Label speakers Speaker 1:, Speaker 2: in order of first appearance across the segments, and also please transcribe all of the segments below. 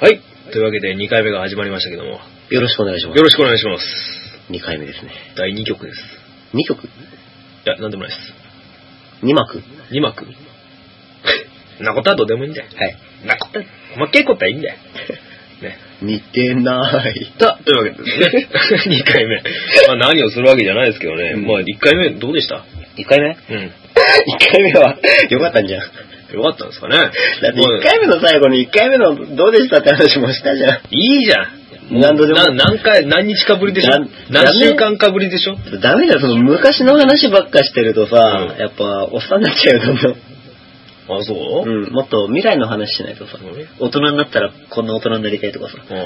Speaker 1: はい。というわけで2回目が始まりましたけども、よ
Speaker 2: よろしくお願いします。
Speaker 1: ろしくお願いします。
Speaker 2: 2回目ですね。
Speaker 1: 第2曲です。
Speaker 2: 2曲
Speaker 1: いや、なんでもないです。
Speaker 2: ?2 幕は
Speaker 1: 2幕。 んなことはどうでもいいんだよ。
Speaker 2: い。
Speaker 1: んなことは、細けいことはいいんだよ。ね。
Speaker 2: 似てない。
Speaker 1: だ、というわけ ですね。2回目。まあ何をするわけじゃないですけどね。
Speaker 2: うん
Speaker 1: まあ1回目どうでした
Speaker 2: 1回目 ?1
Speaker 1: うん。
Speaker 2: 回目は良かったんじゃん。だ
Speaker 1: よかったんですかね。だっ
Speaker 2: って1回目の最後に1回目のどうでしたって話もしたじゃん。
Speaker 1: いいじゃん。
Speaker 2: 何度でも
Speaker 1: な何回、何日かぶりでしょ
Speaker 2: なん
Speaker 1: 何週間かぶりでしょ
Speaker 2: ダメだよ、その昔の話ばっかしてるとさ、
Speaker 1: うん
Speaker 2: やっぱおっさんになっちゃうよ、どんどん。
Speaker 1: あ、そう、
Speaker 2: うん、もっと未来の話しないとさ、
Speaker 1: そうね
Speaker 2: 大人になったらこんな大人になりたいとかさ。
Speaker 1: うん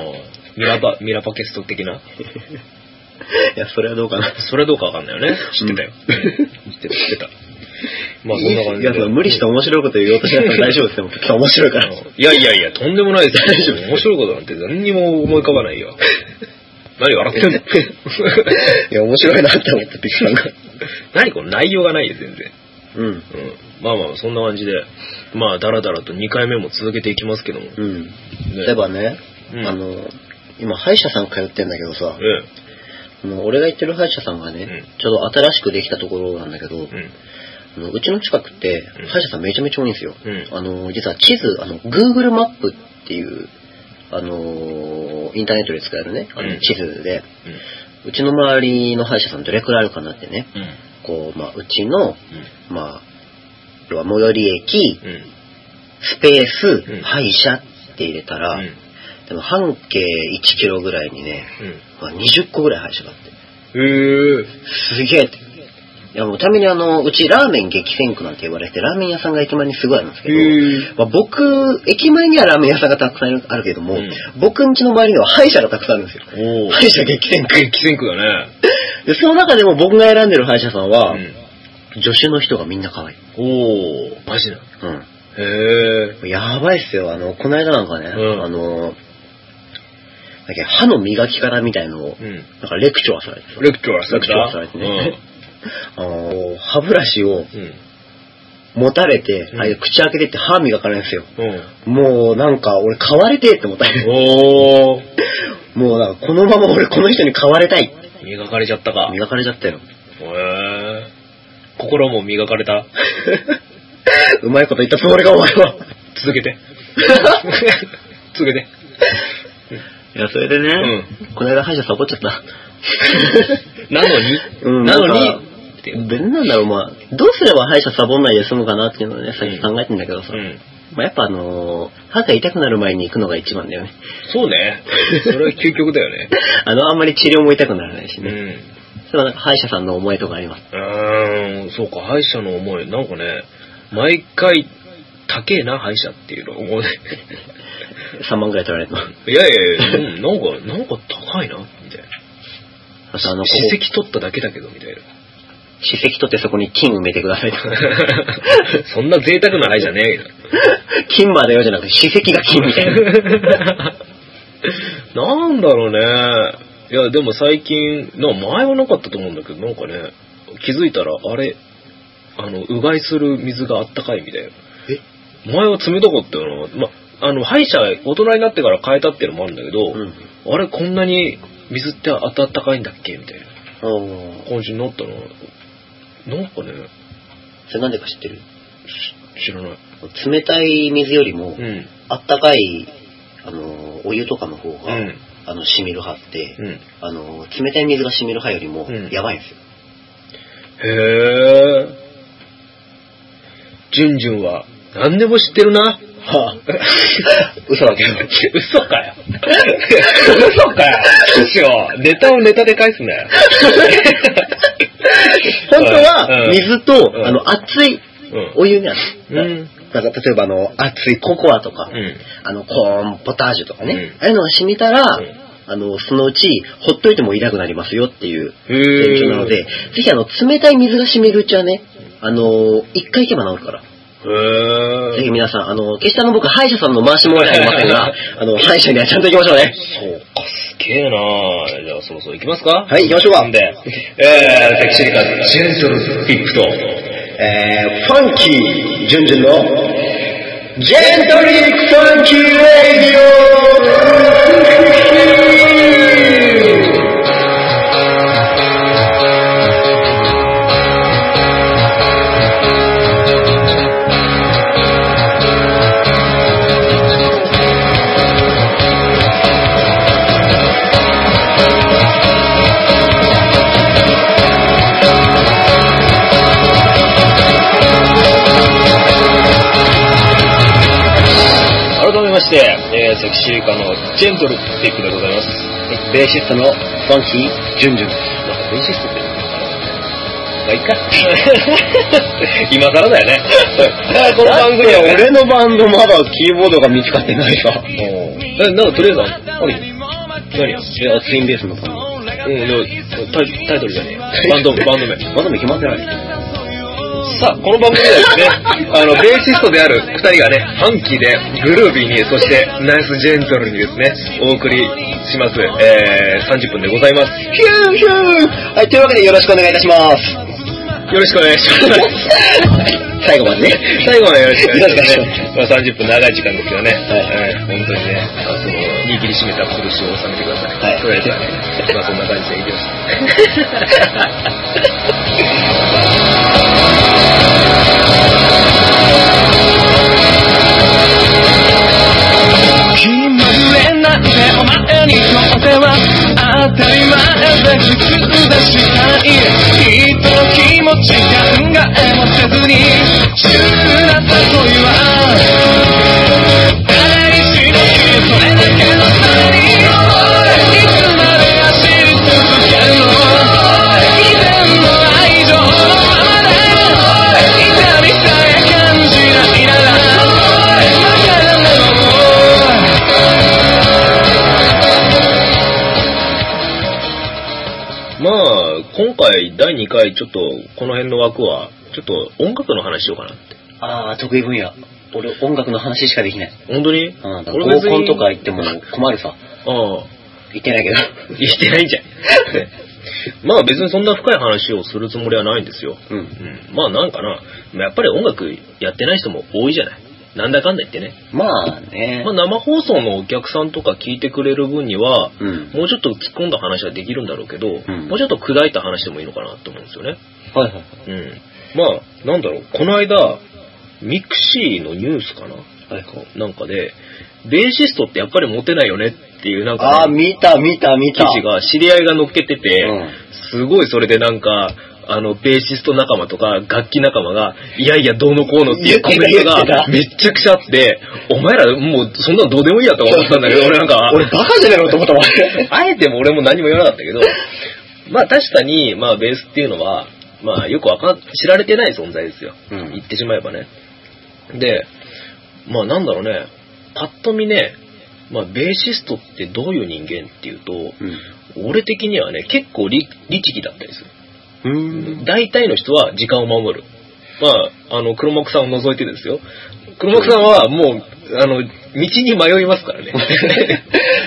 Speaker 1: ミラパ、ミラパケスト的な。
Speaker 2: いや、それはどうかな。
Speaker 1: それどうかわかんないよね。知ってたよ。知ってた、知ってた。まあそんな感じ
Speaker 2: いや、そ
Speaker 1: で。
Speaker 2: の無理して面白いこと言おうとしなくても大丈夫ですよ。今日面白いから。
Speaker 1: いやいやいや、とんでもないですよ
Speaker 2: 大丈夫
Speaker 1: 面白いことなんて何にも思い浮かばないよ。何笑 ってんの
Speaker 2: いや、面白いなって思ってて、さんが。
Speaker 1: 何この内容がないよ、全然。
Speaker 2: うん。
Speaker 1: うん。まあまあ、そんな感じで、まあ、だらだらと2回目も続けていきますけども。ね
Speaker 2: うん。例えばね、
Speaker 1: うん
Speaker 2: あの、今歯医者さん通ってんだけどさ、
Speaker 1: え
Speaker 2: あの俺が行ってる歯医者さんがね、
Speaker 1: うん
Speaker 2: ちょうど新しくできたところなんだけ
Speaker 1: え。
Speaker 2: ど、
Speaker 1: うん。
Speaker 2: あのうちの近くって
Speaker 1: うん
Speaker 2: 歯医者さんめちゃめちゃ多いんですよ。
Speaker 1: うん
Speaker 2: あの、実は地図、あの、Google マップっていう、あの、インターネットで使えるね、あ
Speaker 1: う
Speaker 2: の
Speaker 1: ん
Speaker 2: 地図で、うちの周りの歯医者さんどれくらいあるかなってね、
Speaker 1: うん。
Speaker 2: こう、まあ、うちの、まあ、要は最寄り駅、
Speaker 1: うん。うん。
Speaker 2: スペース、
Speaker 1: うん
Speaker 2: 歯医者って入れたら、でも半径1キロぐらいにね、まあ、20個ぐらい歯医者があって。
Speaker 1: うん。うん。え
Speaker 2: すげえって。いやもうちなみにあの、うちラーメン激戦区なんて言われて、ラーメン屋さんが駅前にすごいあるんです
Speaker 1: え。へえ
Speaker 2: け。ど、まあ、僕、駅前にはラーメン屋さんがたくさんあるけども、
Speaker 1: うん
Speaker 2: 僕ん家の周りには歯医者がたくさんあるんですよ。
Speaker 1: おお。
Speaker 2: 歯医者激戦区。
Speaker 1: 激戦区だね。
Speaker 2: で、その中でも僕が選んでる歯医者さんは、
Speaker 1: うん。
Speaker 2: 助手の人がみんな可愛い。
Speaker 1: おー、マジな。
Speaker 2: うん。
Speaker 1: へえ。
Speaker 2: やばいっすよ。あの、この間なんかね、
Speaker 1: うん
Speaker 2: あの、だっけ歯の磨き方みたいのを、
Speaker 1: うん。
Speaker 2: なんかレクチャーされてた
Speaker 1: レクチャーされた。
Speaker 2: レクチャーされてねあの、歯ブラシを
Speaker 1: うん。
Speaker 2: 持たれて、
Speaker 1: うん
Speaker 2: ああいう口開けてって歯磨かれるんですよ。
Speaker 1: うん。
Speaker 2: もうなんか俺買われてえって思ったよ。
Speaker 1: おー。
Speaker 2: もうなんかこのまま俺この人に買われたい。
Speaker 1: 磨かれちゃったか。
Speaker 2: 磨かれちゃった
Speaker 1: へ
Speaker 2: よ。
Speaker 1: え。心も磨かれた。
Speaker 2: うまいこと言ったつもりかお前は。
Speaker 1: 続けて。 続けて。
Speaker 2: いや、それでね、この間歯医者サボっちゃ った。
Speaker 1: なのに、
Speaker 2: うん
Speaker 1: な
Speaker 2: な
Speaker 1: の
Speaker 2: んか
Speaker 1: にっていう。
Speaker 2: 別になんだろう、まあ、どうすれば歯医者サボんないで済むかなっていうのをね、最近考えてんだけどさ、
Speaker 1: うん。
Speaker 2: まあ、やっぱあのー歯が痛くなる前に行くのが一番だよね。
Speaker 1: そうね。それは究極だよね。
Speaker 2: あの、あんまり治療も痛くならないし
Speaker 1: う
Speaker 2: ね。
Speaker 1: ん。
Speaker 2: それはなんか歯医者さんの思いとかあります。
Speaker 1: うーん、そうか、歯医者の思い。なんかね、毎回、高えな、歯医者っていうのを思うね。
Speaker 2: 3万くらい取られるの。
Speaker 1: いやいやいや、うんなんか、なんか高いな、みたいな。
Speaker 2: あとあの、こ
Speaker 1: 歯
Speaker 2: こ
Speaker 1: 石取っただけだけど、み たいな。
Speaker 2: 歯石取ってそこに金埋めてくださいとか。
Speaker 1: そんな贅沢な歯じゃねえよ。
Speaker 2: 金までよじゃなくて歯石が金みたい な。
Speaker 1: なんだろうね。いや、でも最近、なんか前はなかったと思うんだけど、なんかね、気づいたら、あれ、あの、うがいする水があったかいみたいな。前は冷たかったよな。ま、あの、歯医者、大人になってから変えたっていうのもあるんだけど、
Speaker 2: うん。
Speaker 1: あれ、こんなに水ってあったかいんだっけみたいな
Speaker 2: おー
Speaker 1: 感じになったな。なんかね、
Speaker 2: それなんでか知ってる
Speaker 1: し知らない。
Speaker 2: 冷たい水よりも
Speaker 1: う、ん。
Speaker 2: あったかい、あのー、お湯とかの方
Speaker 1: う
Speaker 2: が、
Speaker 1: ん。
Speaker 2: あの、染みる歯って、
Speaker 1: うん。
Speaker 2: あのー、冷たい水が染みる歯よりも
Speaker 1: うん、
Speaker 2: やばいんですよ。
Speaker 1: へえ。ジュンジュンは何でも知ってるな。
Speaker 2: はあ、嘘だけど。
Speaker 1: 嘘かよ。嘘かよ。師匠、ネタをネタで返すなよ。
Speaker 2: 本当
Speaker 1: う
Speaker 2: は、
Speaker 1: ん
Speaker 2: 水
Speaker 1: うん
Speaker 2: と、あの、熱い
Speaker 1: うん。
Speaker 2: お湯にあ
Speaker 1: う
Speaker 2: る。
Speaker 1: ん。
Speaker 2: だから、例えば、あの、熱いココアとか、
Speaker 1: うん。
Speaker 2: あの、コーンポタージュとかね、
Speaker 1: うん
Speaker 2: ああいうのが染みたら、
Speaker 1: ん
Speaker 2: あの、そのうち、ほっといても痛くなりますよっていう
Speaker 1: へ
Speaker 2: 研究なので、
Speaker 1: え。
Speaker 2: ぜひあの、冷たい水が染みるうちはね、あの、一回行けば治るか
Speaker 1: へ
Speaker 2: ら、ぜ
Speaker 1: え。
Speaker 2: ひ皆さん、あの、決してあの、僕、歯医者さんの回しもらいありませ んが、あの、歯医者にはちゃんと行きましょうね。
Speaker 1: そうか、すげえなじゃあそろそろ行きますか
Speaker 2: はい、行きましょうか。
Speaker 1: で、えー、セクシーカーズ、ジェントルピップと、
Speaker 2: えー、ファンキー、ジュンジュンの、ジェントリックファンキーレイディオ
Speaker 1: まして、えー、セクシーカのジェントルピックでございます。
Speaker 2: ベーシストのファンキー、ジュンジュ
Speaker 1: なん
Speaker 2: ン。
Speaker 1: かベーシストって言うのかなまあ、いっか。 今更だよね。 この番組は
Speaker 2: だって俺のバンドまだキーボードが見つかってないさ。
Speaker 1: え、なんかとりあえず、あるよ何よ
Speaker 2: いや、ツインベースのバンド。
Speaker 1: うん、でもタイタイトルじゃねえよ。バンド、バンド名。
Speaker 2: まだ見決まってない。
Speaker 1: さあ、この番組では ですね、あの、ベーシストである2人がね、ファンキーで、グルービーに、そして、ナイスジェントルにですね、お送りします、えー、30分でございます。
Speaker 2: ヒューヒュー はい、というわけでよろしくお願いいたします。
Speaker 1: よろしくお願いします。
Speaker 2: 最後までね。
Speaker 1: 最後までよろしくお願いします、
Speaker 2: よろしく
Speaker 1: ね。まあ30分長い時間ですけどね、
Speaker 2: はい
Speaker 1: はい本当にね、あの、握りしめた拳を収めてください。
Speaker 2: はい
Speaker 1: とりあえずはね、まあそんな感じでいきます。
Speaker 3: 気まぐれなんてお前にとっては当たり前で普通でしかない人の気持ち考えもせずに自由な誘いは誰にしろそれだけの何をいつまで走り続けるの以前の愛情のままで痛みさえ感じないならバカなの
Speaker 1: まあ、今回第2回、ちょっと、この辺の枠は、ちょっと音楽の話しようかなって。
Speaker 2: ああ、得意分野。俺、音楽の話しかできない。
Speaker 1: 本当に
Speaker 2: うん、だから合コンとか
Speaker 1: あ
Speaker 2: 行っても困る
Speaker 1: あ、
Speaker 2: さ。行ってないけど。
Speaker 1: 言ってないんじゃん。ねまあ別にそんな深い話をするつもりはないんですよ。
Speaker 2: う。
Speaker 1: うんん、まあなんかな、やっぱり音楽やってない人も多いじゃない。なんだかんだ言ってね。
Speaker 2: まあね。
Speaker 1: まあ生放送のお客さんとか聞いてくれる分には、
Speaker 2: うん。
Speaker 1: もうちょっと突っ込んだ話はできるんだろうけど、
Speaker 2: ん
Speaker 1: もうちょっと砕いた話でもいいのかなと思うんですよね。
Speaker 2: はいはい。
Speaker 1: うん。まあ、なんだろう、この間、ミクシーのニュースかな
Speaker 2: はいはい。
Speaker 1: なんかで、ベーシストってやっぱりモテないよねっていうなん
Speaker 2: あ
Speaker 1: か
Speaker 2: あ、
Speaker 1: ね、
Speaker 2: 見た見た見
Speaker 1: 記
Speaker 2: た。
Speaker 1: 事が知り合いが載っけてて、
Speaker 2: うん
Speaker 1: すごいそれでなんか、あの、ベーシスト仲間とか楽器仲間が、いやいやどうのこうのっていうコメント
Speaker 2: 言ってた
Speaker 1: がめっちゃくちゃあって、お前らもうそんなのどうでもいいやと思ったんだけど、俺なんか、
Speaker 2: 俺バカじゃねえのと思ったもん。
Speaker 1: あえても俺も何も言わなかったけど、まあ確かに、まあベースっていうのは、まあよくわかん、知られてない存在ですよ。
Speaker 2: うん
Speaker 1: 言ってしまえばね。で、まあなんだろうね、パッと見ね、まあベーシストってどういう人間っていうと、俺的にはね、結構律律儀だったりする。
Speaker 2: うん。
Speaker 1: 大体の人は時間を守る。まあ、あの、黒幕さんを除いてですよ。黒幕さんはもう、あの、道に迷いますから ね。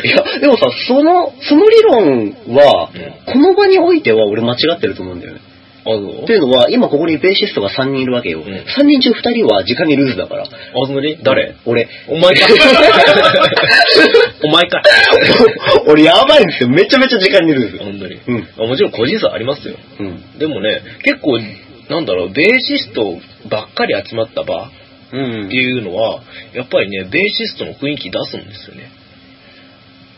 Speaker 2: いや、でもさ、その、その理論は、この場においては俺間違ってると思うんだよね。
Speaker 1: あ、そう
Speaker 2: っていうのは、今ここにベーシストが3人いるわけ
Speaker 1: ん
Speaker 2: よ。3人中2人は時間にルーズだから。
Speaker 1: あ、そのに誰
Speaker 2: 俺。
Speaker 1: お前か。お前か。
Speaker 2: 俺やばいんですよ。めちゃめちゃ時間にルーズ。
Speaker 1: 本当に。
Speaker 2: うん。
Speaker 1: あもちろん個人差ありますよ。
Speaker 2: うん。
Speaker 1: でもね、結構、なんだろう、ベーシストばっかり集まった場
Speaker 2: うん
Speaker 1: っていうのは、やっぱりね、ベーシストの雰囲気出すんですよね。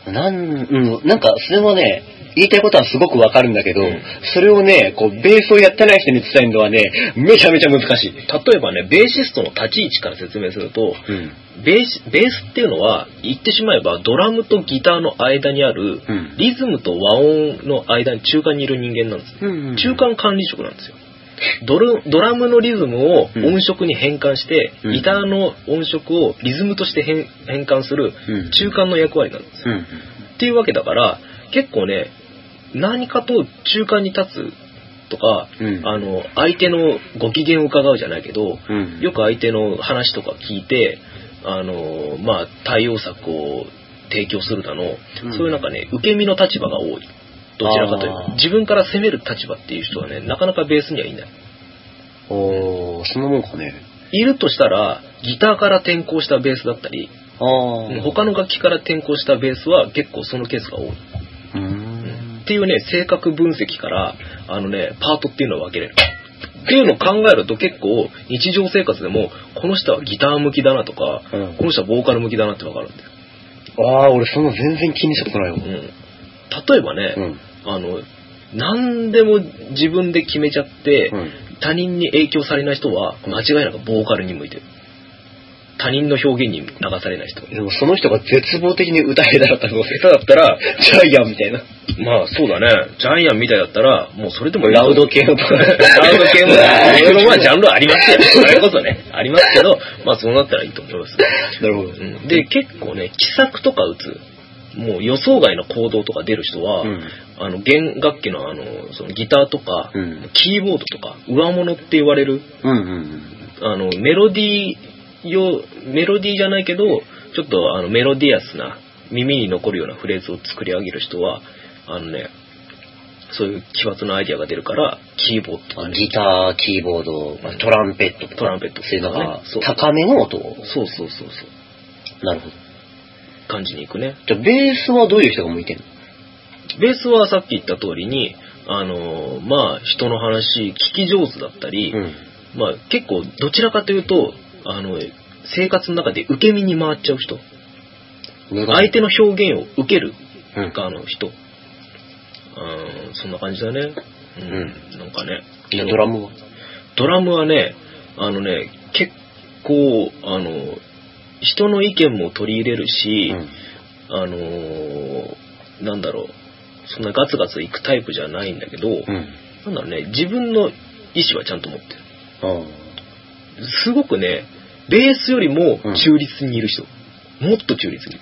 Speaker 2: なん、うん、なんか、それもね、言いたいことはすごくわかるんだけど、
Speaker 1: うん
Speaker 2: それをね、こう、ベースをやってない人に伝えるのはね、めちゃめちゃ難しい。
Speaker 1: 例えばね、ベーシストの立ち位置から説明すると、
Speaker 2: うん。
Speaker 1: ベースベースっていうのは言ってしまえばドラムとギターの間にある
Speaker 2: うん
Speaker 1: リズムと和音の間に中間にいる人間なんですね、
Speaker 2: うんうん
Speaker 1: 中間管理職なんですよドルドラムのリズムを
Speaker 2: うん
Speaker 1: 音色に変換して、
Speaker 2: うん
Speaker 1: ギターの音色をリズムとして変変換する
Speaker 2: うん
Speaker 1: 中間の役割なんですよ、
Speaker 2: うん。
Speaker 1: っていうわけだから結構ね何かと中間に立つとか、
Speaker 2: うん
Speaker 1: あの相手のご機嫌を伺うじゃないけど、
Speaker 2: うん
Speaker 1: よく相手の話とか聞いて、あのまあ、対応策を提供するだの、
Speaker 2: ん
Speaker 1: そういうなんかね、受け身の立場が多い。どちらかという
Speaker 2: あ
Speaker 1: と
Speaker 2: ー、
Speaker 1: 自分から攻める立場っていう人はね、なかなかベースにはいない。
Speaker 2: おー、そんなもんかね。
Speaker 1: いるとしたら、ギターから転向したベースだったり、
Speaker 2: あー。
Speaker 1: 他の楽器から転向したベースは結構そのケースが多い。
Speaker 2: うーん。
Speaker 1: っていうね、性格分析から、あのね、パートっていうのは分けれる。っていうのを考えると結構日常生活でもこの人はギター向きだなとか、
Speaker 2: うん
Speaker 1: この人はボーカル向きだなって分かるんだよ、
Speaker 2: あー、俺そんな全然気にしたことないわ
Speaker 1: うん、。例えばね、
Speaker 2: うん。
Speaker 1: あの何でも自分で決めちゃって、
Speaker 2: うん
Speaker 1: 他人に影響されない人は間違いなくボーカルに向いてる他人の表現に流されない人。
Speaker 2: でもその人が絶望的に歌下手だったの、下手だったら、 ジャイアンみたいな。
Speaker 1: まあそうだね。ジャイアンみたいだったら、もうそれでもいいと
Speaker 2: ラ
Speaker 1: 思
Speaker 2: ウ
Speaker 1: う
Speaker 2: ド系のとか。ラ
Speaker 1: ラウド系も、 いろいろまあジャン
Speaker 2: ル。
Speaker 1: ルありますよ。それこそね、ありますけど、まあそうなったらいいと思います。
Speaker 2: なるほど。
Speaker 1: うんで、結構ね、奇策とか打つ、もう予想外の行動とか出る人は、
Speaker 2: うん
Speaker 1: あの、弦楽器のあの、そのギターとか、
Speaker 2: うん
Speaker 1: キーボードとか、上物って言われる、
Speaker 2: うんうん
Speaker 1: あの、メロディーよ、メロディーじゃないけど、ちょっとあの、メロディアスな、耳に残るようなフレーズを作り上げる人は、あのね、そういう奇抜なアイディアが出るから、キーボードとか
Speaker 2: うん。
Speaker 1: ね
Speaker 2: ギター、キーボード、まあトランペットとか。
Speaker 1: トランペット
Speaker 2: そういうのが
Speaker 1: そう、
Speaker 2: 高めの音を。
Speaker 1: そうそうそうそう。
Speaker 2: なるほど。
Speaker 1: 感じに行くね。
Speaker 2: じゃあ、ベースはどういう人が向いてんの
Speaker 1: ベースはさっき言った通りに、あのーまあ、人の話、聞き上手だったり、
Speaker 2: ん。
Speaker 1: まあ、結構、どちらかというと、あの、生活の中で受け身に回っちゃう人、相手の表現を受ける
Speaker 2: うん
Speaker 1: 側の人、うん、そんな感じだね。うん、
Speaker 2: う
Speaker 1: なんかね。
Speaker 2: じゃあドラムは
Speaker 1: ドラムはね、あのね、結構、あの、人の意見も取り入れるし、あのーなんだろう、そんなガツガツいくタイプじゃないんだけど、
Speaker 2: ん。
Speaker 1: なんだろうね、自分の意思はちゃんと持ってる。
Speaker 2: あ
Speaker 1: すごくね、ベースよりも
Speaker 2: うん
Speaker 1: 中立にいる人。もっと中立に。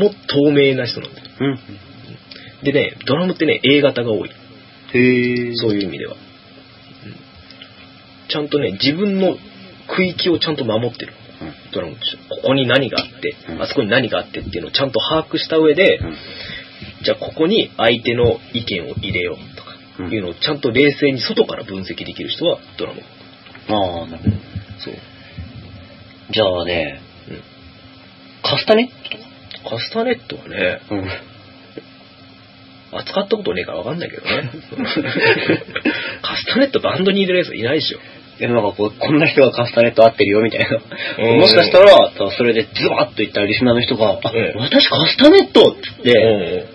Speaker 1: もっと透明な人なんだよ。
Speaker 2: あ。うん。
Speaker 1: でね、ドラムってね、A 型が多い。
Speaker 2: へえ。
Speaker 1: そういう意味では。うんちゃんとね、自分の区域をちゃんと守ってる。ドラムとしてここに何があって、
Speaker 2: うん
Speaker 1: あそこに何があってっていうのをちゃんと把握した上で、じゃあここに相手の意見を入れようとかいうのをちゃんと冷静に外から分析できる人はドラム。
Speaker 2: ああ、なるほど。
Speaker 1: そう。
Speaker 2: じゃあね、
Speaker 1: うん
Speaker 2: カスタネ
Speaker 1: カスタネットはね、
Speaker 2: うん。
Speaker 1: 扱ったことねえからわかんないけどね。 カスタネットバンドに入れるやついないでしょ。
Speaker 2: でもなんかこう、こんな人がカスタネット合ってるよみたいな
Speaker 1: うん。
Speaker 2: もしかしたら、それでズバッといったリスナーの人が、あ
Speaker 1: ええ、
Speaker 2: 私カスタネットって言って、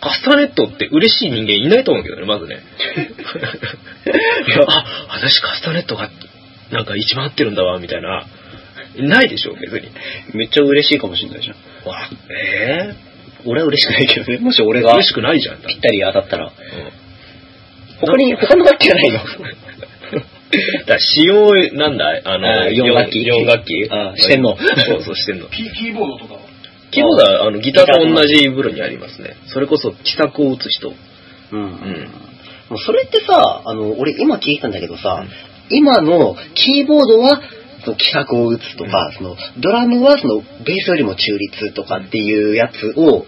Speaker 1: カスタネットって嬉しい人間いないと思うけどね、まずね。 あ、私カスタネットがなんか一番合ってるんだわ、みたいな。ないでしょ、別に。
Speaker 2: めっちゃ嬉しいかもしれないじゃん。
Speaker 1: わ、え
Speaker 2: 俺は嬉しくないけどね。もし
Speaker 1: こ
Speaker 2: 俺
Speaker 1: れ
Speaker 2: が
Speaker 1: が
Speaker 2: ぴ
Speaker 1: 嬉しくないじゃん。だって
Speaker 2: ったり当たったら、
Speaker 1: うん
Speaker 2: 他に、他の楽器じゃないの
Speaker 1: だから使用、なんだ、あ
Speaker 2: あ
Speaker 1: の、
Speaker 2: ー四楽器
Speaker 1: 4楽器
Speaker 2: あーしてんの
Speaker 1: そうそう、してんの。
Speaker 4: キーキーボードとかは
Speaker 1: キーボードはあのギターと同じ部類にありますね。それこそ、奇策を打つ人。
Speaker 2: う。
Speaker 1: うんん。
Speaker 2: もうそれってさ、あの、俺今聞いたんだけどさ、
Speaker 1: うん
Speaker 2: 今のキーボードは、その規格を打つとか、そのドラムはそのベースよりも中立とかっていうやつを、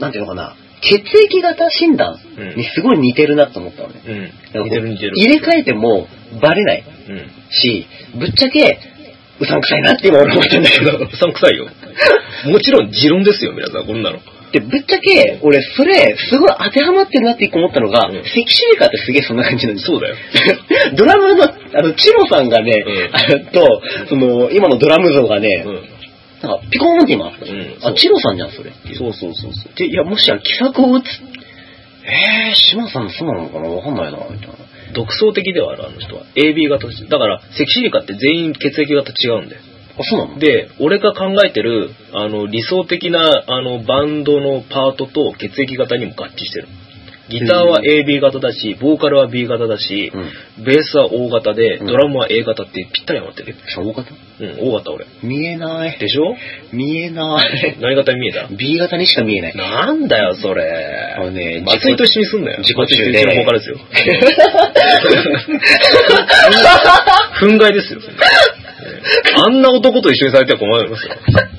Speaker 2: なんていうのかな、血液型診断
Speaker 1: うん
Speaker 2: にすごい似てるなと思ったのね。
Speaker 1: うん。似てる似てる。
Speaker 2: 入れ替えてもバレないし、ぶっちゃけ、うさんくさいなって今俺思ったんだけ
Speaker 1: う
Speaker 2: ど
Speaker 1: ん。。うさんくさいよ。もちろん、持論ですよ、皆さん、こんなの。
Speaker 2: で、ぶっちゃけ、俺、それ、すごい当てはまってるなって一個思ったのが、
Speaker 1: うん
Speaker 2: セキシリカってすげえそんな感じなんです
Speaker 1: そうだよ。
Speaker 2: ドラムの、あの、チロさんがね、
Speaker 1: うん
Speaker 2: あのと、その、今のドラム像がね、
Speaker 1: うん。
Speaker 2: なんか、ピコーンって今、
Speaker 1: んそ
Speaker 2: あ、
Speaker 1: う
Speaker 2: チロさんじゃん、それ。
Speaker 1: そうそうそうそう。
Speaker 2: で、いや、もしや、気策を打つ。えー、シマさんそうなのかなわかんないな、みたいな。
Speaker 1: 独創的ではある、あの人は。AB 型ですだから、セキシリカって全員血液型違うんだよ。
Speaker 2: あ、そうなの
Speaker 1: で、俺が考えてる、あの、理想的な、あの、バンドのパートと血液型にも合致してる。ギターは AB 型だし、ボーカルは B 型だし、
Speaker 2: うん。
Speaker 1: ベースは O 型で、
Speaker 2: うん
Speaker 1: ドラムは A 型ってぴったりハマってる。
Speaker 2: そう型
Speaker 1: うん、O 型俺。
Speaker 2: 見えない。
Speaker 1: でし ょ
Speaker 2: 見えない。
Speaker 1: 何型に見えた
Speaker 2: B 型にしか見えない。
Speaker 1: なんだよ、そ
Speaker 2: あ
Speaker 1: れ。
Speaker 2: のね、
Speaker 1: 松井と一緒にすんなよ。
Speaker 2: 自己中で
Speaker 1: 松井と一緒にボーカルですよ。 憤慨 ですよ。それねあんな男と一緒にされては困りますよ。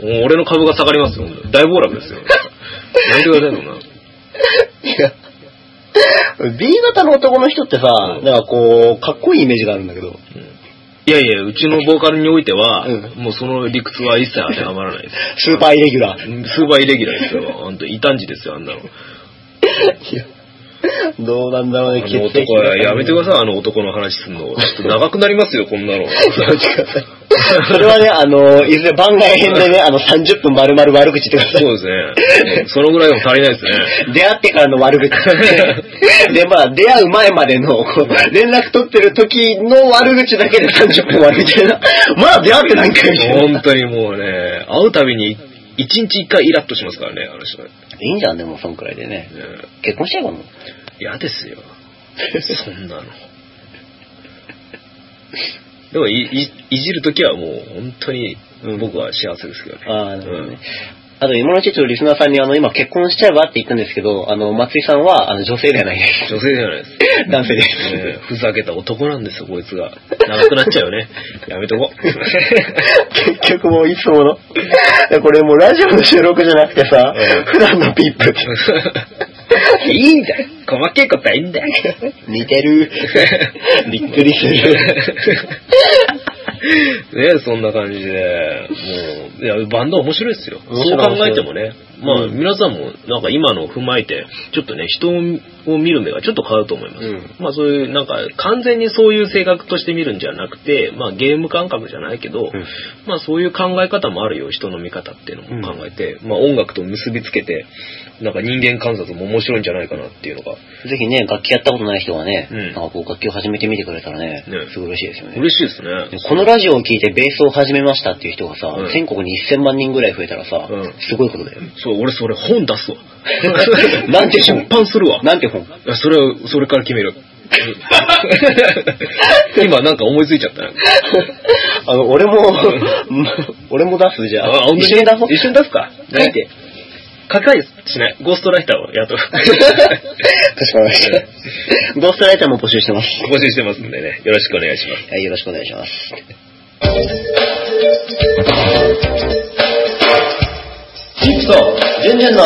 Speaker 1: もう俺の株が下がりますよ。本当に大暴落ですよ。やめてください、そんな。
Speaker 2: いや B 型の男の人ってさ、
Speaker 1: うん
Speaker 2: なんかこう、かっこいいイメージがあるんだけど、
Speaker 1: いやいや、うちのボーカルにおいては、
Speaker 2: うん
Speaker 1: もうその理屈は一切当てはまらないです。
Speaker 2: スーパーイレギュラー。
Speaker 1: スーパーイレギュラーですよ。本当異端児ですよ、あんなの。
Speaker 2: どうなんだろ
Speaker 1: あ
Speaker 2: うね、
Speaker 1: の男はやめてくだ
Speaker 2: い。
Speaker 1: さい、あの男の話すんの。ちょっと長くなりますよ、こんなの。
Speaker 2: やめてください。 それはね、あの、いずれ番外編でね、あの、30分丸々悪口言ってくださ
Speaker 1: そうですね。そのぐらいでも足りないですね。
Speaker 2: い。出会ってからの悪 口。で、まあ、出会う前までの、こう連絡取ってる時の悪口だけで30分終わるみたいな。まだ出会ってないんかいみたいな。
Speaker 1: 本当にもうね、会うたびに一日一回イラッとしますからね、あの人ね。
Speaker 2: いいんじゃん、でも、そんくらいでね。結婚しちゃえばもう。
Speaker 1: 嫌ですよ。そんなの。でもい、いいじるときはもう本当に僕は幸せですけどね。
Speaker 2: ああ、なるほどね。あと、今のちょっとリスナーさんに、あの、今結婚しちゃえばって言ったんですけど、あの、松井さんは、あの、女性ではないです。
Speaker 1: うん女性じゃない です。
Speaker 2: 男性です。
Speaker 1: ねふざけた男なんですよ、こいつが。長くなっちゃうよね。やめとこう。
Speaker 2: 結局もういつもの。これもうラジオの収録じゃなくてさ
Speaker 1: うん、
Speaker 2: 普段のピップって。
Speaker 1: いいんだよ。細けいことはいいんだよ。
Speaker 2: 似てる。 びっくりする。
Speaker 1: ねえそんな感じで、もう、いや、バンド面白いですよ。そ
Speaker 2: 面
Speaker 1: う
Speaker 2: 白い
Speaker 1: 考えてもね。まあ、
Speaker 2: うん
Speaker 1: 皆さんも、なんか今のを踏まえて、ちょっとね、人を見る目がちょっと変わると思います。
Speaker 2: うん
Speaker 1: まあ、そういう、なんか、完全にそういう性格として見るんじゃなくて、まあ、ゲーム感覚じゃないけど、
Speaker 2: うん
Speaker 1: まあ、そういう考え方もあるよ、人の見方っていうのも考えて、まあ、音楽と結びつけて、なんか人間観察も面白いんじゃないかなっていうのが、
Speaker 2: ぜひね、楽器やったことない人はね、
Speaker 1: うん
Speaker 2: なんかこう楽器を始めてみてくれたらね
Speaker 1: ね、
Speaker 2: すごい嬉しいですよね。
Speaker 1: 嬉しいですね。
Speaker 2: このラジオを聞いてベースを始めましたっていう人がさ、
Speaker 1: うん
Speaker 2: 全国に1000万人ぐらい増えたらさ、
Speaker 1: うん
Speaker 2: すごいことだ よ。。
Speaker 1: そう、俺それ本出すわ
Speaker 2: なんて本
Speaker 1: 出版するわ。
Speaker 2: なんて本
Speaker 1: いやそれは、それから決める。 今なんか思いついちゃったな。
Speaker 2: あの、俺 も、俺も出すじゃあ。
Speaker 1: 本当
Speaker 2: 一緒に出そう。
Speaker 1: 一緒に出すか。
Speaker 2: 書いて。
Speaker 1: 書かないしない。ゴーストライターを 雇う。
Speaker 2: かしこまりました。ゴーストライターも募集してます。
Speaker 1: 募集してますんでね。よろしくお願いします。
Speaker 2: はい、よろしくお願いします。ジップと、ジュンジュンの、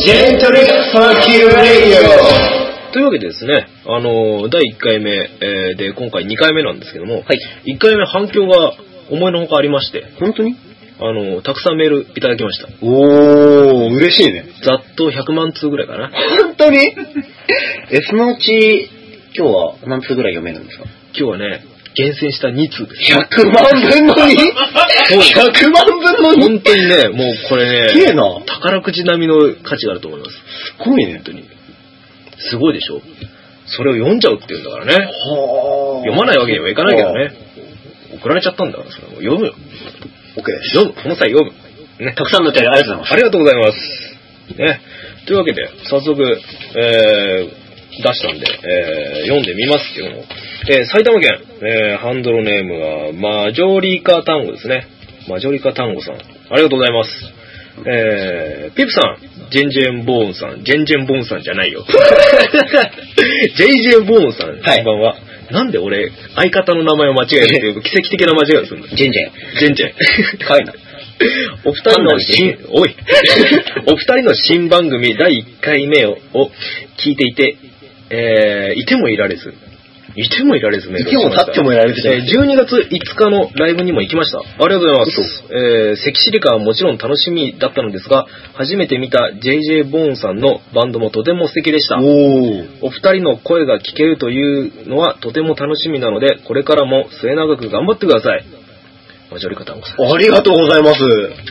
Speaker 2: ジェントリックファンキーレディオ
Speaker 1: というわけでですね、あのー、第1回目、えーで、今回2回目なんですけども、
Speaker 2: はい。
Speaker 1: 1回目反響が思いのほかありまして、
Speaker 2: 本当に
Speaker 1: あのー、たくさんメールいただきました。
Speaker 2: おー、嬉しいね。
Speaker 1: ざっと100万通ぐらいかな。
Speaker 2: 本当にえ、そのうち、今日は何通ぐらい読めるんですか
Speaker 1: 今日はね、厳選した2通です。
Speaker 2: ?100 万分の 2?100 万分の 2?
Speaker 1: 本当にね、もうこれね、
Speaker 2: 綺麗な。
Speaker 1: 宝くじ並みの価値があると思います。
Speaker 2: すごいね。
Speaker 1: 本当に。すごいでしょそれを読んじゃうっていうんだからね。
Speaker 2: は
Speaker 1: 読まないわけにはいかないけどね。送られちゃったんだから、それはもう読むよ。
Speaker 2: OK です。
Speaker 1: 読む。この際読む。ね。
Speaker 2: たくさんのお便りありがとうございます。
Speaker 1: ありがとうございます。ね。というわけで、早速、えー、出したんで、えー、読んでみますけども。えー、埼玉県、えー、ハンドルネームは、マジョリカ単語ですね。マジョリカ単語さん。ありがとうございます。えー、ピップさん、ジェンジェンボーンさん、ジェンジェンボーンさんじゃないよ。 ジェイジェンボーンさん、
Speaker 2: はい
Speaker 1: こんばんは。なんで俺、相方の名前を間違えるっていう奇跡的な間違いをするんだ
Speaker 2: ジェンジェ
Speaker 1: 全
Speaker 2: ン。
Speaker 1: 然。
Speaker 2: はいな
Speaker 1: お二人の新、おい。 お二人の新番組第1回目をを聞いていて、えー、いてもいられず。いてもいられずね。
Speaker 2: いても立ってもいられずじゃない
Speaker 1: えー12月5日のライブにも行きました。ありがとうございます。えー、関シリカはもちろん楽しみだったのですが、初めて見た JJ ボーンさんのバンドもとても素敵でした。
Speaker 2: お
Speaker 1: お二人の声が聞けるというのはとても楽しみなので、これからも末永く頑張ってください。マジョリカタンコさん。
Speaker 2: お。ありがとうございます。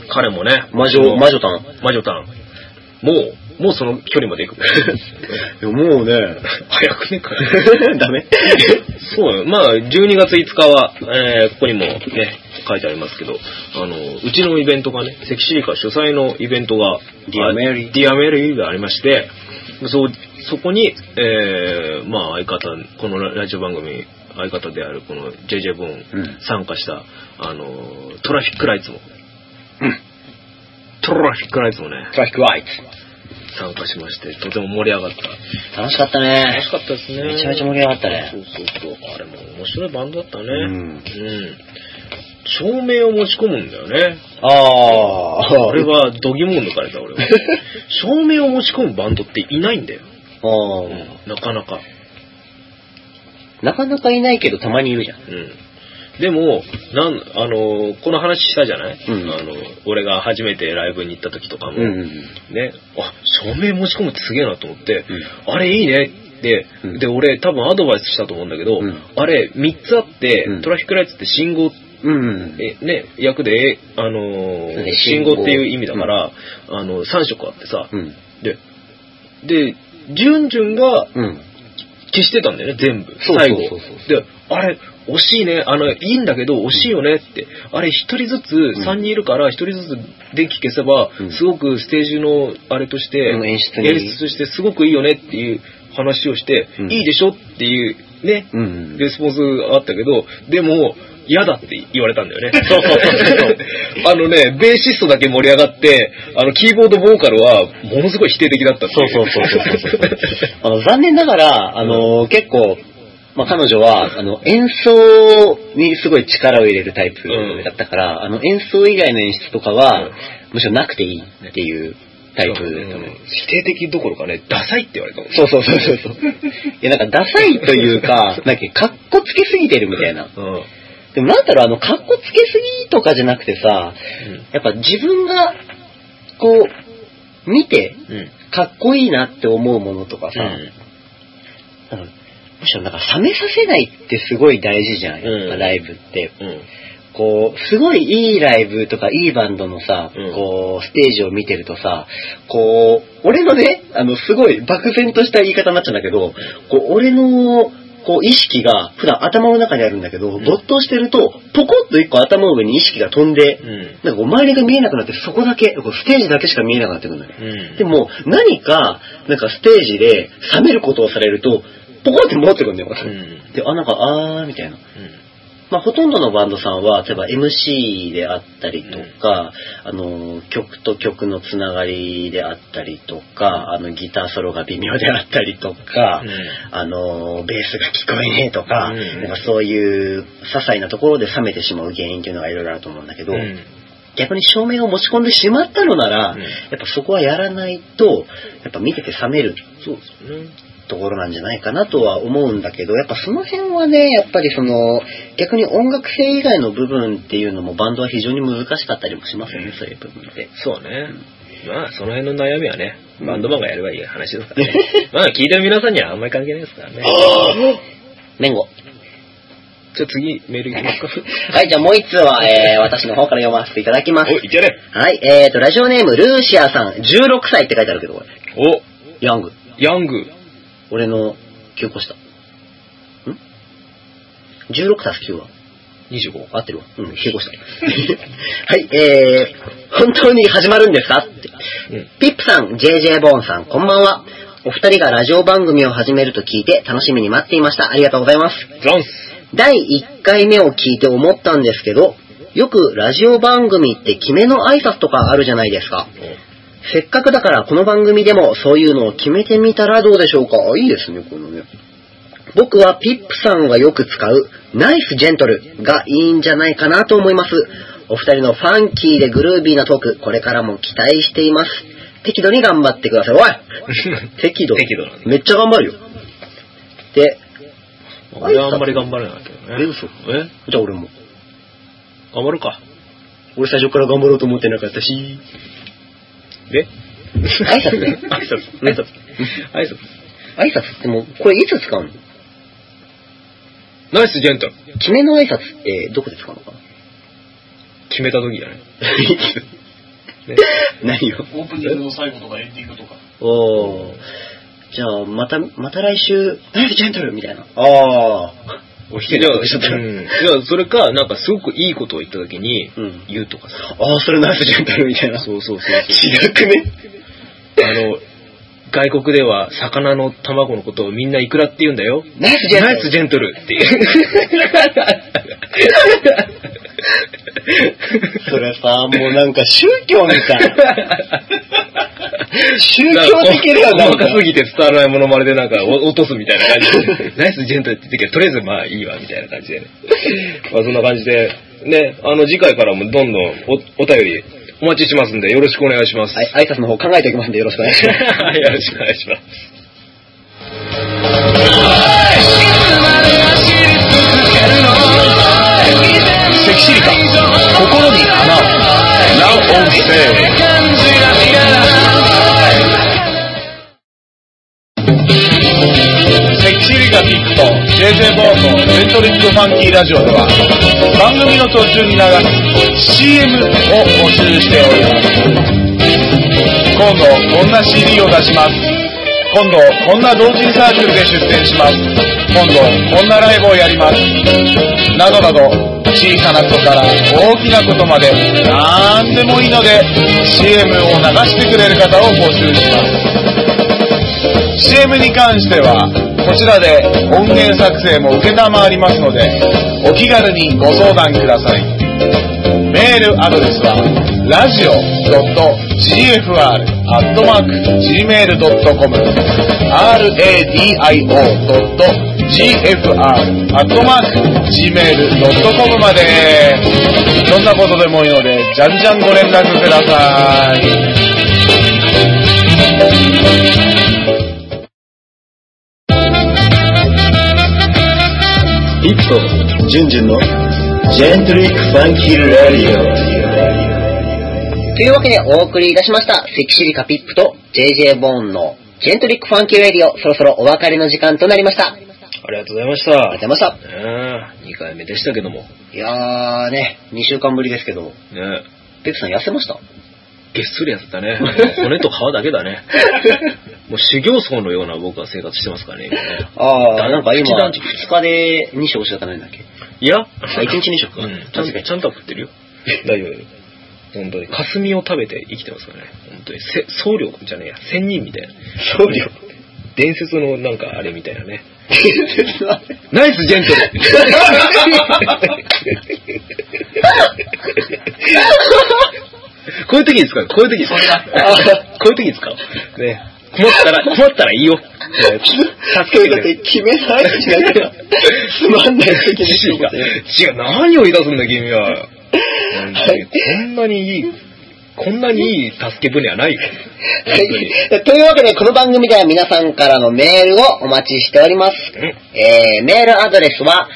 Speaker 1: 彼もね、
Speaker 2: 魔女、魔女たん。
Speaker 1: 魔女タン。もう、もうその距離まで行く。
Speaker 2: いやもうね。
Speaker 1: 早くね、彼。
Speaker 2: ダメ
Speaker 1: そうよ。まあ、12月5日は、えーここにもね、書いてありますけど、あの、うちのイベントがね、セキシリカ主催のイベントが、
Speaker 2: Dear Mary
Speaker 1: あディアメリーがありまして、そうそこに、えーまあ、相方、このララジオ番組、相方であるこの JJ ボー
Speaker 2: うん
Speaker 1: ン参加した、あの、トラフィックライツも、トラフィックライツもね、
Speaker 2: トラフィックワイツ。
Speaker 1: 参加しまして、とても盛り上がった。
Speaker 2: 楽しかったね
Speaker 1: 楽し。かったですね。
Speaker 2: めちゃめちゃ盛り上がったね
Speaker 1: そうそうそう。あれも面白いバンドだったね。
Speaker 2: うん
Speaker 1: 照明を持ち込むんだよね。
Speaker 2: あー。
Speaker 1: あれは度肝を抜かれた 俺は。照明を持ち込むバンドっていないんだよ。
Speaker 2: あ
Speaker 1: う
Speaker 2: ー。
Speaker 1: ん、なかなか。
Speaker 2: なかなかいないけど、たまにいるじゃん。
Speaker 1: うん。でも、なん、あのーこの話したじゃない、
Speaker 2: うん
Speaker 1: あの、俺が初めてライブに行った時とかも、
Speaker 2: うん。
Speaker 1: ね、あ、照明持ち込むってすげえなと思って、
Speaker 2: う
Speaker 1: あれいいねって、
Speaker 2: うん
Speaker 1: で、俺多分アドバイスしたと思うんだけど、
Speaker 2: うん
Speaker 1: あれ3つあって、
Speaker 2: うん
Speaker 1: トラフィックライツって信号
Speaker 2: うん。
Speaker 1: えね、役で、えあのー
Speaker 2: ね
Speaker 1: 信号っていう意味だから、あの、3色あってさ、
Speaker 2: うん。
Speaker 1: で、で、ジュンジュンが
Speaker 2: うん。
Speaker 1: 消してたんだよね、全部。
Speaker 2: そうそう
Speaker 1: 最
Speaker 2: そう
Speaker 1: 後。で、あれ、惜しいね、あの、いいんだけど惜しいよねって。あれ、一人ずつ、
Speaker 2: ん
Speaker 1: 三人いるから、一人ずつ電気消せば
Speaker 2: うん、
Speaker 1: すごくステージの、あれとして、
Speaker 2: うん演出に
Speaker 1: 演出としてすごくいいよねっていう話をして、
Speaker 2: うん
Speaker 1: いいでしょっていう、ね、
Speaker 2: うん。
Speaker 1: レスポンスがあったけど、でも、嫌だって言われたんだよね。 あのね、ベーシストだけ盛り上がって、あの、キーボードボーカルは、ものすごい否定的だったってい
Speaker 2: そうそうそうそうそうあの、残念ながら、あの、結構、まあ、彼女は、あの、演奏にすごい力を入れるタイプだったから、あの、演奏以外の演出とかは、
Speaker 1: うん
Speaker 2: むしろなくていいっていうタイプだったの。
Speaker 1: 否定的どころかね、ダサいって言われたもん。
Speaker 2: そうそうそうそうそう。いや、なんか、ダサいとい うか、なんか、かっこつけすぎてるみたいな。
Speaker 1: うん。
Speaker 2: でも、なんだろう、あの、かっこつけすぎとかじゃなくてさ、やっぱ自分が、こう、見て、
Speaker 1: うん。うん。
Speaker 2: かっこいいなって思うものとかさ、なんかむしろなんか冷めさせないってすごい大事じゃん、やっぱ
Speaker 1: うん
Speaker 2: ライブって。
Speaker 1: うん。
Speaker 2: こう、すごいいいライブとかいいバンドのさ、
Speaker 1: うん
Speaker 2: こう、ステージを見てるとさ、こう、俺のね、あの、すごい漠然とした言い方になっちゃうんだけど、こう、俺の、こう、意識が普段頭の中にあるんだけど、
Speaker 1: ん
Speaker 2: 没頭してると、ポコッと一個頭の上に意識が飛んで、
Speaker 1: うん。
Speaker 2: なんかこう周りが見えなくなって、そこだけ、こうステージだけしか見えなくなってくるのよ。
Speaker 1: うん。
Speaker 2: でも、何か、なんかステージで冷めることをされると、ポコって戻ってくるんだよ、また
Speaker 1: うん。うん。
Speaker 2: で、あ、なんか、あー、みたいな。まあ、ほとんどのバンドさんは、例えば MC であったりとか、あの、曲と曲のつながりであったりとか、あの、ギターソロが微妙であったりとか、あの、ベースが聞こえねえとか、
Speaker 1: うんうん
Speaker 2: なんかそういう些細なところで冷めてしまう原因っていうのがいろいろあると思うんだけど、
Speaker 1: うん。
Speaker 2: 逆に照明を持ち込んでしまったのなら、
Speaker 1: うん
Speaker 2: やっぱそこはやらないと、やっぱ見てて冷める
Speaker 1: そうですね。
Speaker 2: ところなんじゃないかなとは思うんだけど、やっぱその辺はね、やっぱりその、逆に音楽性以外の部分っていうのもバンドは非常に難しかったりもしますよね、そういう部分って。
Speaker 1: そうね。まあ、その辺の悩みはね、バンドマンがやればいい話ですから ね。まあ、聞いてる皆さんにはあんまり関係ないですからね。
Speaker 2: メンゴ。
Speaker 1: じゃあ次、メールいきますか。
Speaker 2: はい、じゃあもう一通は、えー、私の方から読ませていただきま す。
Speaker 1: お、いけね
Speaker 2: はい、えーと、ラジオネーム、ルーシアさん、16歳って書いてあるけど、これ。
Speaker 1: お、
Speaker 2: ヤング。
Speaker 1: ヤング。
Speaker 2: 俺の9個下。ん ?16 たす9は
Speaker 1: 25。
Speaker 2: 合ってるわ。うん、9個下。 はい、えー、本当に始まるんですかって。
Speaker 1: うん。
Speaker 2: ピップさん、JJ ボーンさん、こんばんは。お二人がラジオ番組を始めると聞いて楽しみに待っていました。ありがとうございます。
Speaker 1: ザンス。
Speaker 2: 第1回目を聞いて思ったんですけど、よくラジオ番組って決めの挨拶とかあるじゃないですか。せっかくだからこの番組でもそういうのを決めてみたらどうでしょうかあいいですね、このね。僕はピップさんがよく使うナイスジェントルがいいんじゃないかなと思います。お二人のファンキーでグルービーなトーク、これからも期待しています。適度に頑張ってください。お い適度。
Speaker 1: 適度なんだ
Speaker 2: めっちゃ頑張るよ。で、
Speaker 1: 俺はあんまり頑張れないけどね。
Speaker 2: え嘘
Speaker 1: え
Speaker 2: じゃあ俺も。
Speaker 1: 頑張るか。
Speaker 2: 俺最初から頑張ろうと思ってなかったし。
Speaker 1: で
Speaker 2: 挨拶 ね
Speaker 1: 挨拶。挨拶。 挨拶。
Speaker 2: 挨拶ってもう、これいつ使うの
Speaker 1: ナイスジェントル。
Speaker 2: 決めの挨拶ってどこで使うのかな
Speaker 1: 決めた時じゃない。
Speaker 2: いつ
Speaker 1: ね
Speaker 2: 何よ。
Speaker 3: オープニングの最後とかエンディングとか。
Speaker 2: おー。じゃあ、また、また来週、ナイフジェントルみたいな。ああ。おひ
Speaker 1: じ
Speaker 2: けり
Speaker 1: ゃ
Speaker 2: ゃ
Speaker 1: あ、
Speaker 2: しちゃった。
Speaker 1: うんいやそれか、なんかすごくいいことを言った時に
Speaker 2: うん、
Speaker 1: 言うとかさ。
Speaker 2: ああ、それナイフジェントルみたいな。
Speaker 1: そうそうそう
Speaker 2: 違くね
Speaker 1: あの、外国では魚の卵のことをみんなイクラって言うんだよ。
Speaker 2: ナイフジェント
Speaker 1: ナ
Speaker 2: ル。
Speaker 1: イスジェントルっていう。
Speaker 2: それさ、もうなんか宗教 みたい。宗教的だよ、なん
Speaker 1: 細
Speaker 2: か。
Speaker 1: かすぎて伝わらないものまねでなんかお落とすみたいな感じ で、ナイスジェントルって言ってけど、とりあえずまあいいわみたいな感じでね。まあそんな感じで、ね、あの次回からもどんどんおお便りお待ちしてますんでよろしくお願いします。
Speaker 2: はい、挨拶の方考えておきますんでよろしくお願いします。
Speaker 1: はい、 よろしくお願いします。
Speaker 3: いつまで走り続けるの以前にない以上心に花を Now on sale 感じない
Speaker 4: セクシーリカピックと JJ ボーンのエレクトリックファンキーラジオでは番番組の途中に流す CM を募集しております今度こんな CD を出します今度こんな同人サークルで出展します今度こんなライブをやりますなどなど小さなことから大きなことまで何でもいいので CM を流してくれる方を募集します CM に関してはこちらで音源作成も承りますのでお気軽にご相談くださいメールアドレスはラジオ .gfr.gmail.com radio.gfr.gmail.com までどんなことでもいいのでじゃんじゃんご連絡ください
Speaker 1: 一歩
Speaker 5: ジュンジュンのジェントリックファンキーラディ
Speaker 2: というわけでお送りいたしました、セキシリカピップと JJ ボーンのジェントリックファンキーレディオ、そろそろお別れの時間となりました。ありがとう
Speaker 1: ありがとうございました。
Speaker 2: ございました。
Speaker 1: ねえ、2回目でしたけども。ね
Speaker 2: いやーね、2週間ぶりですけど、
Speaker 1: え
Speaker 2: ペクさん痩せました
Speaker 1: げっそりやってた ね。骨と皮だけだね。もう修行僧のような僕は生活してますからね、今ね。
Speaker 2: あ
Speaker 1: だ
Speaker 2: ー、なんか
Speaker 1: 一
Speaker 2: 今、
Speaker 1: 段
Speaker 2: 2日で2食しか食べないんだっけ
Speaker 1: い や、
Speaker 2: あ、1日2食か。
Speaker 1: うん、ちゃん
Speaker 2: 確か
Speaker 1: と
Speaker 2: に
Speaker 1: ち。ゃんとは食ってるよ。大丈夫。本当に、霞を食べて生きてますからね。本当に、せ僧侶じゃねえや、仙人みたいな。僧侶伝説のなんかあれみたいなね。 ナイスジェント ルこういう時に使う、こういう時 に使う。こういう時に使う。ね。困ったら、困ったらいいよ。ね助けてくれ。
Speaker 2: 決めないしな がら、つまんない時に
Speaker 1: 違う、違う、何を言い出すんだ君は。本当にこんなにいい、こんなにいい助け舟はないよ。本当に。
Speaker 2: はい というわけで、この番組では皆さんからのメールをお待ちしております。
Speaker 1: うん
Speaker 2: えー、メールアドレスは、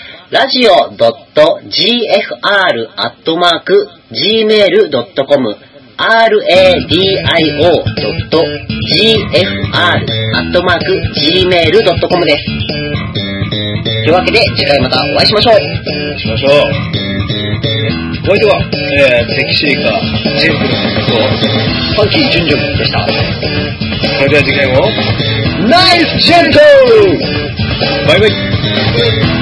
Speaker 2: radio.gfr.gmail.com radio.gfr.gmail.com です。というわけで、次回またお会いしましょう。
Speaker 1: しましょう。お相手は、えー、セキシーカー、ジェンプル
Speaker 2: ファンキー・ジュンジュンでした。
Speaker 1: それでは次回も、
Speaker 2: ナイス・ジェント
Speaker 1: バイバイ。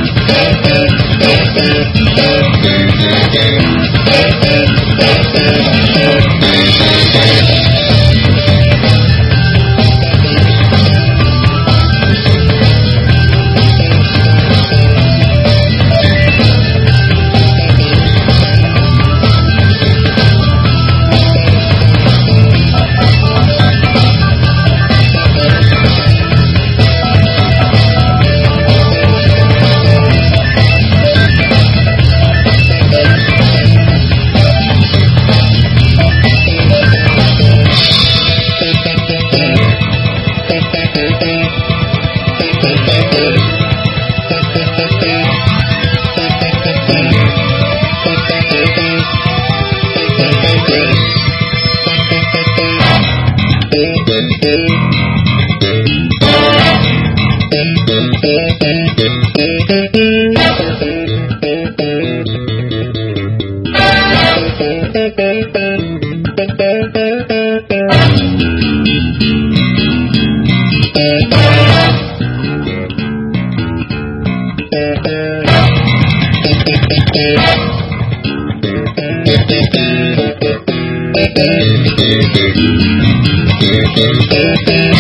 Speaker 5: オ